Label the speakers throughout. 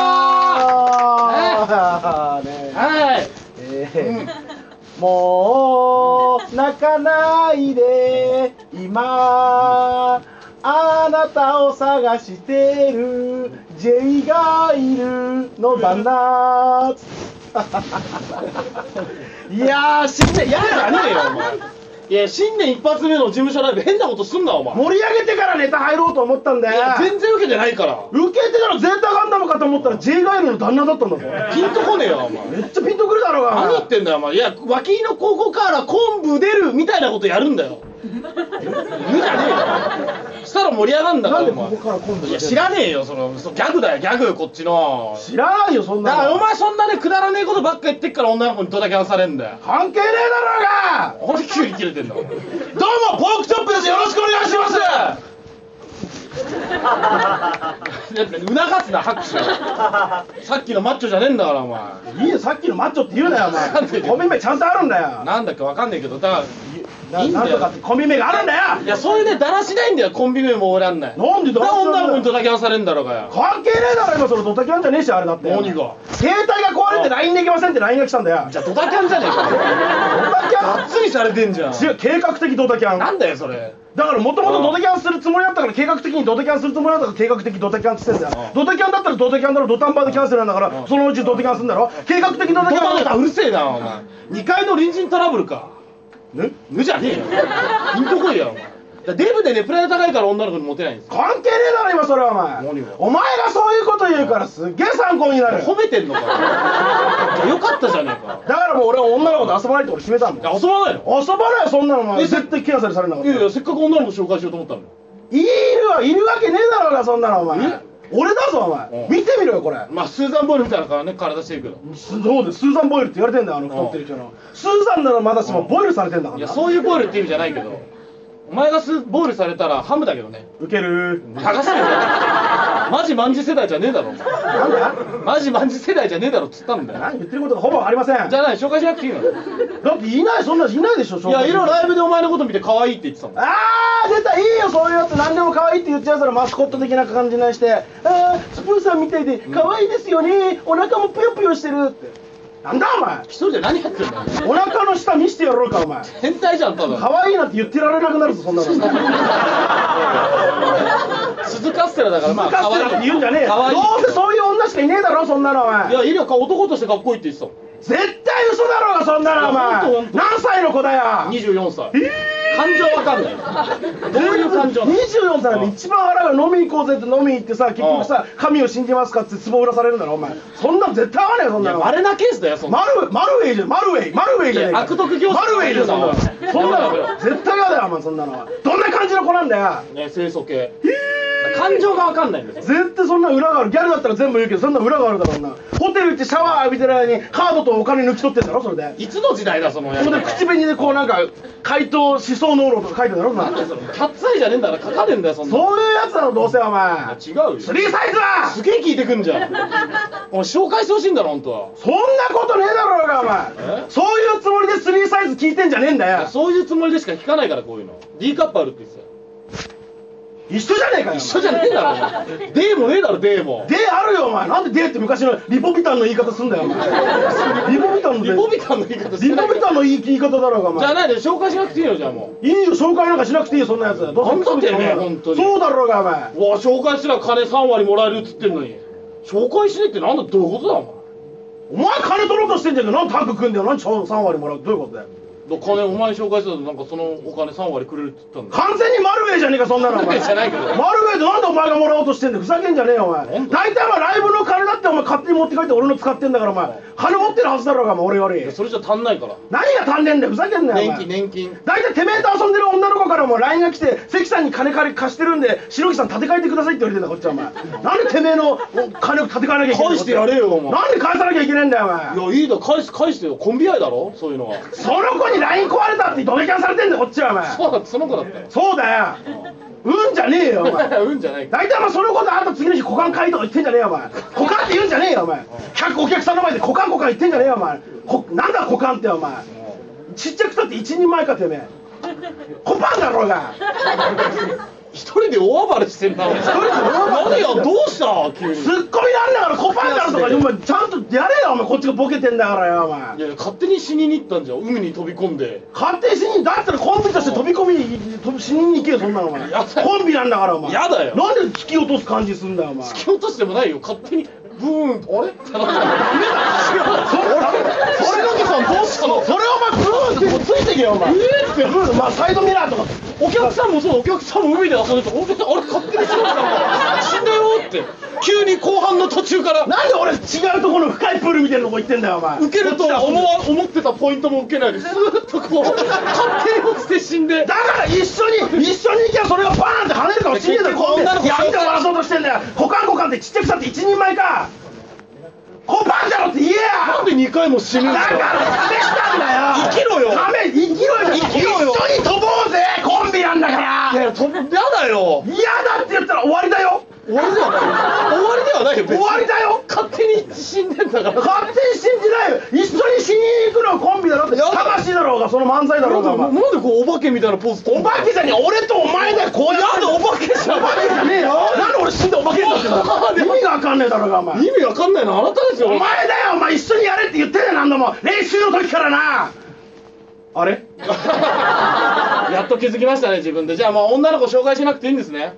Speaker 1: らないで今あなたを探してる J がいるのだないやー新年やれやねえよお前
Speaker 2: いや新年一発目の事務所ライブ変なことすんなお前
Speaker 1: 盛り上げてからネタ入ろうと思ったんだ
Speaker 2: いや
Speaker 1: よ
Speaker 2: 全然受けてないから
Speaker 1: 受けてたらゼータガンダムかと思ったら J ガイルの旦那だったんだぞ
Speaker 2: ピンとこねえよお前
Speaker 1: めっちゃピンとくるだろうが
Speaker 2: 何言ってんだよお前いや脇のここから昆布出るみたいなことやるんだよ無じゃねえよしたら盛り上がるんだか
Speaker 1: な
Speaker 2: ら
Speaker 1: んで
Speaker 2: お
Speaker 1: こ
Speaker 2: 前
Speaker 1: こから今度
Speaker 2: いや知らねえよそのそのギャグだよギャグこっちの
Speaker 1: 知らないよそん
Speaker 2: だ
Speaker 1: な
Speaker 2: からお
Speaker 1: の
Speaker 2: 前そんなねくだらねえことばっか言ってっから女の子にドタキャンされんだよ
Speaker 1: 関係ねえだろうが
Speaker 2: 俺急に切れてんだお前どうもポークチョップですよろしくお願いしますだって促すな拍手をさっきのマッチョじゃねえんだからお前
Speaker 1: いいよさっきのマッチョって言うなよお
Speaker 2: なんで
Speaker 1: 前コミ目ちゃんとあるんだよ
Speaker 2: なんだっけわかんないけどだから
Speaker 1: ない
Speaker 2: いんだよ
Speaker 1: なんとかってコミ目があるんだよ
Speaker 2: いや、それでだらしないんだよ、コンビ名も俺らんない。
Speaker 1: なんでだ
Speaker 2: だ
Speaker 1: らしないんだよ
Speaker 2: 女の子にドタキャンされんだろうがよ。
Speaker 1: 関係ねえだろ今そのドタキャンじゃねえしあれだって
Speaker 2: 何が
Speaker 1: 携帯が壊れて LINE できませんって LINE が来たんだよ
Speaker 2: じゃあドタキャンじゃねえかよ。
Speaker 1: ドタキ
Speaker 2: が
Speaker 1: ャ
Speaker 2: っつりされてんじゃん。
Speaker 1: ン違う計画的ドタキャン
Speaker 2: なんだよ、それ。
Speaker 1: だからもともとドタキャンするつもりだったから計画的にドタキャンするつもりだったから計画的ドタキャンっつってんだよドタキャンだったらドタキャンだろドタンバーでキャンセルなんだからそのうちドタキャンするんだろ計画的ドタ
Speaker 2: ド
Speaker 1: キ
Speaker 2: タ
Speaker 1: ャン
Speaker 2: ドタうるせえな、お前。2階の隣人トラブルか。
Speaker 1: ね
Speaker 2: ぬじゃねえよ。ピンとこいよ、お前。だからデブでね、プライド高いから女の子にモテないんですよ。
Speaker 1: 関係ねえだろ今それはお前
Speaker 2: 何が
Speaker 1: お前がそういうこと言うからすっげえ参考になる
Speaker 2: 褒めてんのかよ。じゃあよかったじゃねえか。
Speaker 1: だからもう俺は女の子と遊ばないって俺決めたん
Speaker 2: い
Speaker 1: だ
Speaker 2: や
Speaker 1: よ
Speaker 2: 遊ばないの
Speaker 1: 遊ばないよそんなのお前
Speaker 2: え
Speaker 1: 絶対キャンセルされなかっ
Speaker 2: い
Speaker 1: た
Speaker 2: やいや、せっかく女の子紹介しようと思ったのよ。
Speaker 1: いるわいるわけねえだろうがそんなのお前
Speaker 2: え
Speaker 1: 俺だぞお前
Speaker 2: うん
Speaker 1: 見てみろよこれ
Speaker 2: まあ、スーザン・ボールみたいなからね、体してるけど。
Speaker 1: すそうですスーザン・ボイルって言われてんだよあの太ってる人のスーザンならまだしもボイルされてんだか
Speaker 2: い
Speaker 1: ら
Speaker 2: や、
Speaker 1: な
Speaker 2: そういうボールって意味じゃないけど。お前がスーボールされたらハムだけどね。
Speaker 1: ウケる
Speaker 2: 流せよマジマンジ世代じゃねえだろお前
Speaker 1: なんだ
Speaker 2: マジマンジ世代じゃねえだろっつったんだよ
Speaker 1: 何言ってることがほぼありません
Speaker 2: じ
Speaker 1: だ
Speaker 2: ゃない紹介しなくていいのよ
Speaker 1: っていないそんな人いないでしょ
Speaker 2: いやいろいろライ
Speaker 1: ブ
Speaker 2: ブでお前のこと見て可愛いって言ってたもん
Speaker 1: あー出たいいよそういうやつ何でも可愛いって言っちゃうやつらマスコット的な感じにしてあースプーンさんみたいで可愛いですよね、お腹もぷよぷよしてるってなんだお前
Speaker 2: 一人で何やってんだよ
Speaker 1: お腹の下見してやろうかお前
Speaker 2: 変態じゃんただ
Speaker 1: 可愛いなんて言ってられなくなるぞそんなの
Speaker 2: の鈴カステラだからまあ
Speaker 1: 昔
Speaker 2: 可
Speaker 1: からって
Speaker 2: 愛い
Speaker 1: 言うんじゃねえよ
Speaker 2: 可愛い
Speaker 1: どうせそういう女しかいねえだろそんなのお前
Speaker 2: いやいるよ男としてかっこいいって言ってた
Speaker 1: 絶対嘘だろうがそんなのお
Speaker 2: ほんとほ
Speaker 1: 前
Speaker 2: んと
Speaker 1: 何歳の子だよ
Speaker 2: もん24歳
Speaker 1: え
Speaker 2: 感情わかんないどういう感情なの
Speaker 1: 24歳で一番腹が飲み行こうぜって飲み行ってさ結局さ神を信じますかって壺売らされるんだろお前そんなの絶対合わねえよそん
Speaker 2: い
Speaker 1: な
Speaker 2: や
Speaker 1: の
Speaker 2: まれなケースだよそんな
Speaker 1: マルマルウェイじゃんマルウェイマルウェイじゃねえ
Speaker 2: いや
Speaker 1: か
Speaker 2: 悪徳業者
Speaker 1: マルウェイじゃんそんなの
Speaker 2: いや
Speaker 1: そんな
Speaker 2: やめろやめ
Speaker 1: の絶対嫌だよお前そんなのはどんな感じの子なんだよ
Speaker 2: ね清楚系感情がわかんないんだよ
Speaker 1: 絶対そんな裏があるギャルだったら全部言うけどそんな裏があるだろうなホテル行ってシャワー浴びてる間にカードとお金抜き取ってんだろそれで
Speaker 2: いつの時代だそのや
Speaker 1: そ
Speaker 2: り
Speaker 1: れ
Speaker 2: 方
Speaker 1: で口紅でこうなんか回答思想能力とか書いてんだろそんな
Speaker 2: なんでそのキャッツアイじゃねえんだから書かねえんだよそんな
Speaker 1: そういうやつだろどうせお
Speaker 2: いや
Speaker 1: 前
Speaker 2: 違うよ
Speaker 1: スリーサイズは
Speaker 2: すげえ聞いてくんじゃん。お前紹介してほしいんだろ、本当は。
Speaker 1: そんなことねえだろうがお前
Speaker 2: え
Speaker 1: そういうつもりでスリーサイズ聞いてんじゃねえんだ
Speaker 2: いや
Speaker 1: よ
Speaker 2: そういうつもりでしか聞かないから、こういうの。D カップあるって言ってたよ。
Speaker 1: 一緒じゃねえかよ
Speaker 2: 一緒じゃねえだ ろ、お前 D もねえだろ、D も。
Speaker 1: であるよお前なんででって昔のリポビタンの言い方すんだよお 前リポビタンので
Speaker 2: リポビタンの言い方して
Speaker 1: リ
Speaker 2: ない
Speaker 1: ポビタンの言い言い方だろうがお
Speaker 2: じゃ
Speaker 1: 前
Speaker 2: ないで、紹介しなくていいの、じゃあも
Speaker 1: いいよ紹介なんかしなくていいよそんなやつどうせクソみたいなもんだろ
Speaker 2: 本当だってね
Speaker 1: そうだろうがお前
Speaker 2: う。うわ、紹介したら金3割もらえるっつってんのに。紹介しねえってなんだ、どういうことだ、お
Speaker 1: お前金取ろうとしてんじゃんけどなんでタッグ組んだよ何3割もらうってどういうことだよ
Speaker 2: 前。だ金、お前に紹介したら、なんかそのお金3割くれるって言ったんだよ。
Speaker 1: 完全にマルウェイじゃねえかそんなの
Speaker 2: マ
Speaker 1: お
Speaker 2: ルウ
Speaker 1: 前
Speaker 2: ェイじゃないけど
Speaker 1: マルウェイでなんでお前がもらおうとしてんだよふざけんじゃねえよお前
Speaker 2: 本当
Speaker 1: 大体お前ライブの金だってお前勝手に持って帰って俺の使ってんだからお前金持ってるはずだろうがお前俺よ
Speaker 2: い
Speaker 1: り
Speaker 2: やそれじゃ足んないから。
Speaker 1: 何が足んねえんだよふざけんなよお
Speaker 2: 年
Speaker 1: 前
Speaker 2: 金、年金。
Speaker 1: 大体てめえと遊んでる女の子からも LINE が来て関さんに金借り貸してるんで白木さん立て替えてくださいって言われてんだこっちはお前なんでてめえのお金を立て替えなきゃいけない
Speaker 2: 返してやれよ、お前。
Speaker 1: なんで返さなきゃいけないんだよお
Speaker 2: いや、
Speaker 1: 前
Speaker 2: いいだろ、返す、返してよ。コンビ愛だろ、そういうのは。
Speaker 1: その子に LINE 壊れたってドメキャンされてんだよこっちはお前
Speaker 2: そうだ、その子だったよ。
Speaker 1: そうだようんじゃねえよ お前
Speaker 2: 運じゃないか
Speaker 1: 大体お前そのことあんた次の日股間かいとか言ってんじゃねえよお前股間って言うんじゃねえよお前客お客さんの前で股間股間言ってんじゃねえよお前こなんだ股間ってお前ちっちゃくたって一人前かてめえコパンだろうが
Speaker 2: 一人で大暴れしてんな 一人で大暴れ何やどうした急に
Speaker 1: ツッコミなんだからコパンダルとかお前ちゃんとやれよお前こっちがボケてんだからよお前
Speaker 2: いや勝手に死にに行ったんじゃん海に飛び込んで
Speaker 1: 勝手に死にだったらコンビとして飛び込みに飛び死にに行けよそんなのお前
Speaker 2: やだよ
Speaker 1: コンビなんだからお前
Speaker 2: やだよ
Speaker 1: なんで突き落とす感じすんだよお前
Speaker 2: 突き落としてもないよ勝手にブーン とあれ田中さん篠
Speaker 1: それ
Speaker 2: 木さんどうしたの
Speaker 1: それお前ブーンってついてけよお
Speaker 2: え
Speaker 1: 前
Speaker 2: ーって
Speaker 1: ブーンまあサイドミラーとか
Speaker 2: お客さんもそうお客さんも海で遊んでてお客さんあれ勝手に篠木さんが死んだよって急に後半の途中から
Speaker 1: なんで俺違うところの深いプールみたいなとこ行ってんだよお前
Speaker 2: 受けると
Speaker 1: こっち
Speaker 2: は
Speaker 1: は
Speaker 2: 思わ思ってたポイントも受けないでスーッとこう勝手に落ちて死んで
Speaker 1: だから一緒に一緒に行けばそれがバーンって跳ねるかもしれないだ
Speaker 2: 結局
Speaker 1: ろこんな
Speaker 2: 女の子
Speaker 1: 闇で笑そうとしてんだよ股間股間ってちっちゃくさって一人前かこバンだろって言え
Speaker 2: な
Speaker 1: や
Speaker 2: んで2回も死ぬん
Speaker 1: だ
Speaker 2: だ
Speaker 1: から試したんだよ
Speaker 2: 生きろよ
Speaker 1: ダメ生きろよ
Speaker 2: 生きろよ
Speaker 1: 一緒に飛ぼうぜコンビなんだから
Speaker 2: いやいやとやだよ
Speaker 1: 嫌だって言ったら終わりだよ
Speaker 2: 終わりではないよ終わりではないよ別
Speaker 1: 終
Speaker 2: に
Speaker 1: わりだよ
Speaker 2: 勝手に死んでんだから
Speaker 1: 勝手に信じないよ一緒に死にに行くのはコンビだろって
Speaker 2: やだ
Speaker 1: 魂だろうがその漫才だろうがお
Speaker 2: なん
Speaker 1: 前
Speaker 2: でこうお化けみたいなポーズ
Speaker 1: お化けじゃねえ俺とお前だよこうや
Speaker 2: やだお化けじゃ
Speaker 1: お化けじゃねえよなんで俺死んでお化けになってんだよ意味がわかんねえだろうがお前
Speaker 2: 意味わかんないのあなたですよ
Speaker 1: お前だよお前一緒にやれって言ってね何度も練習の時からなあれ
Speaker 2: やっと気づきましたね自分でじゃあまあ女の子紹介しなくていいんですね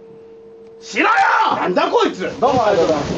Speaker 1: しろよ
Speaker 2: なんだこいつ
Speaker 1: どうもありがとうございます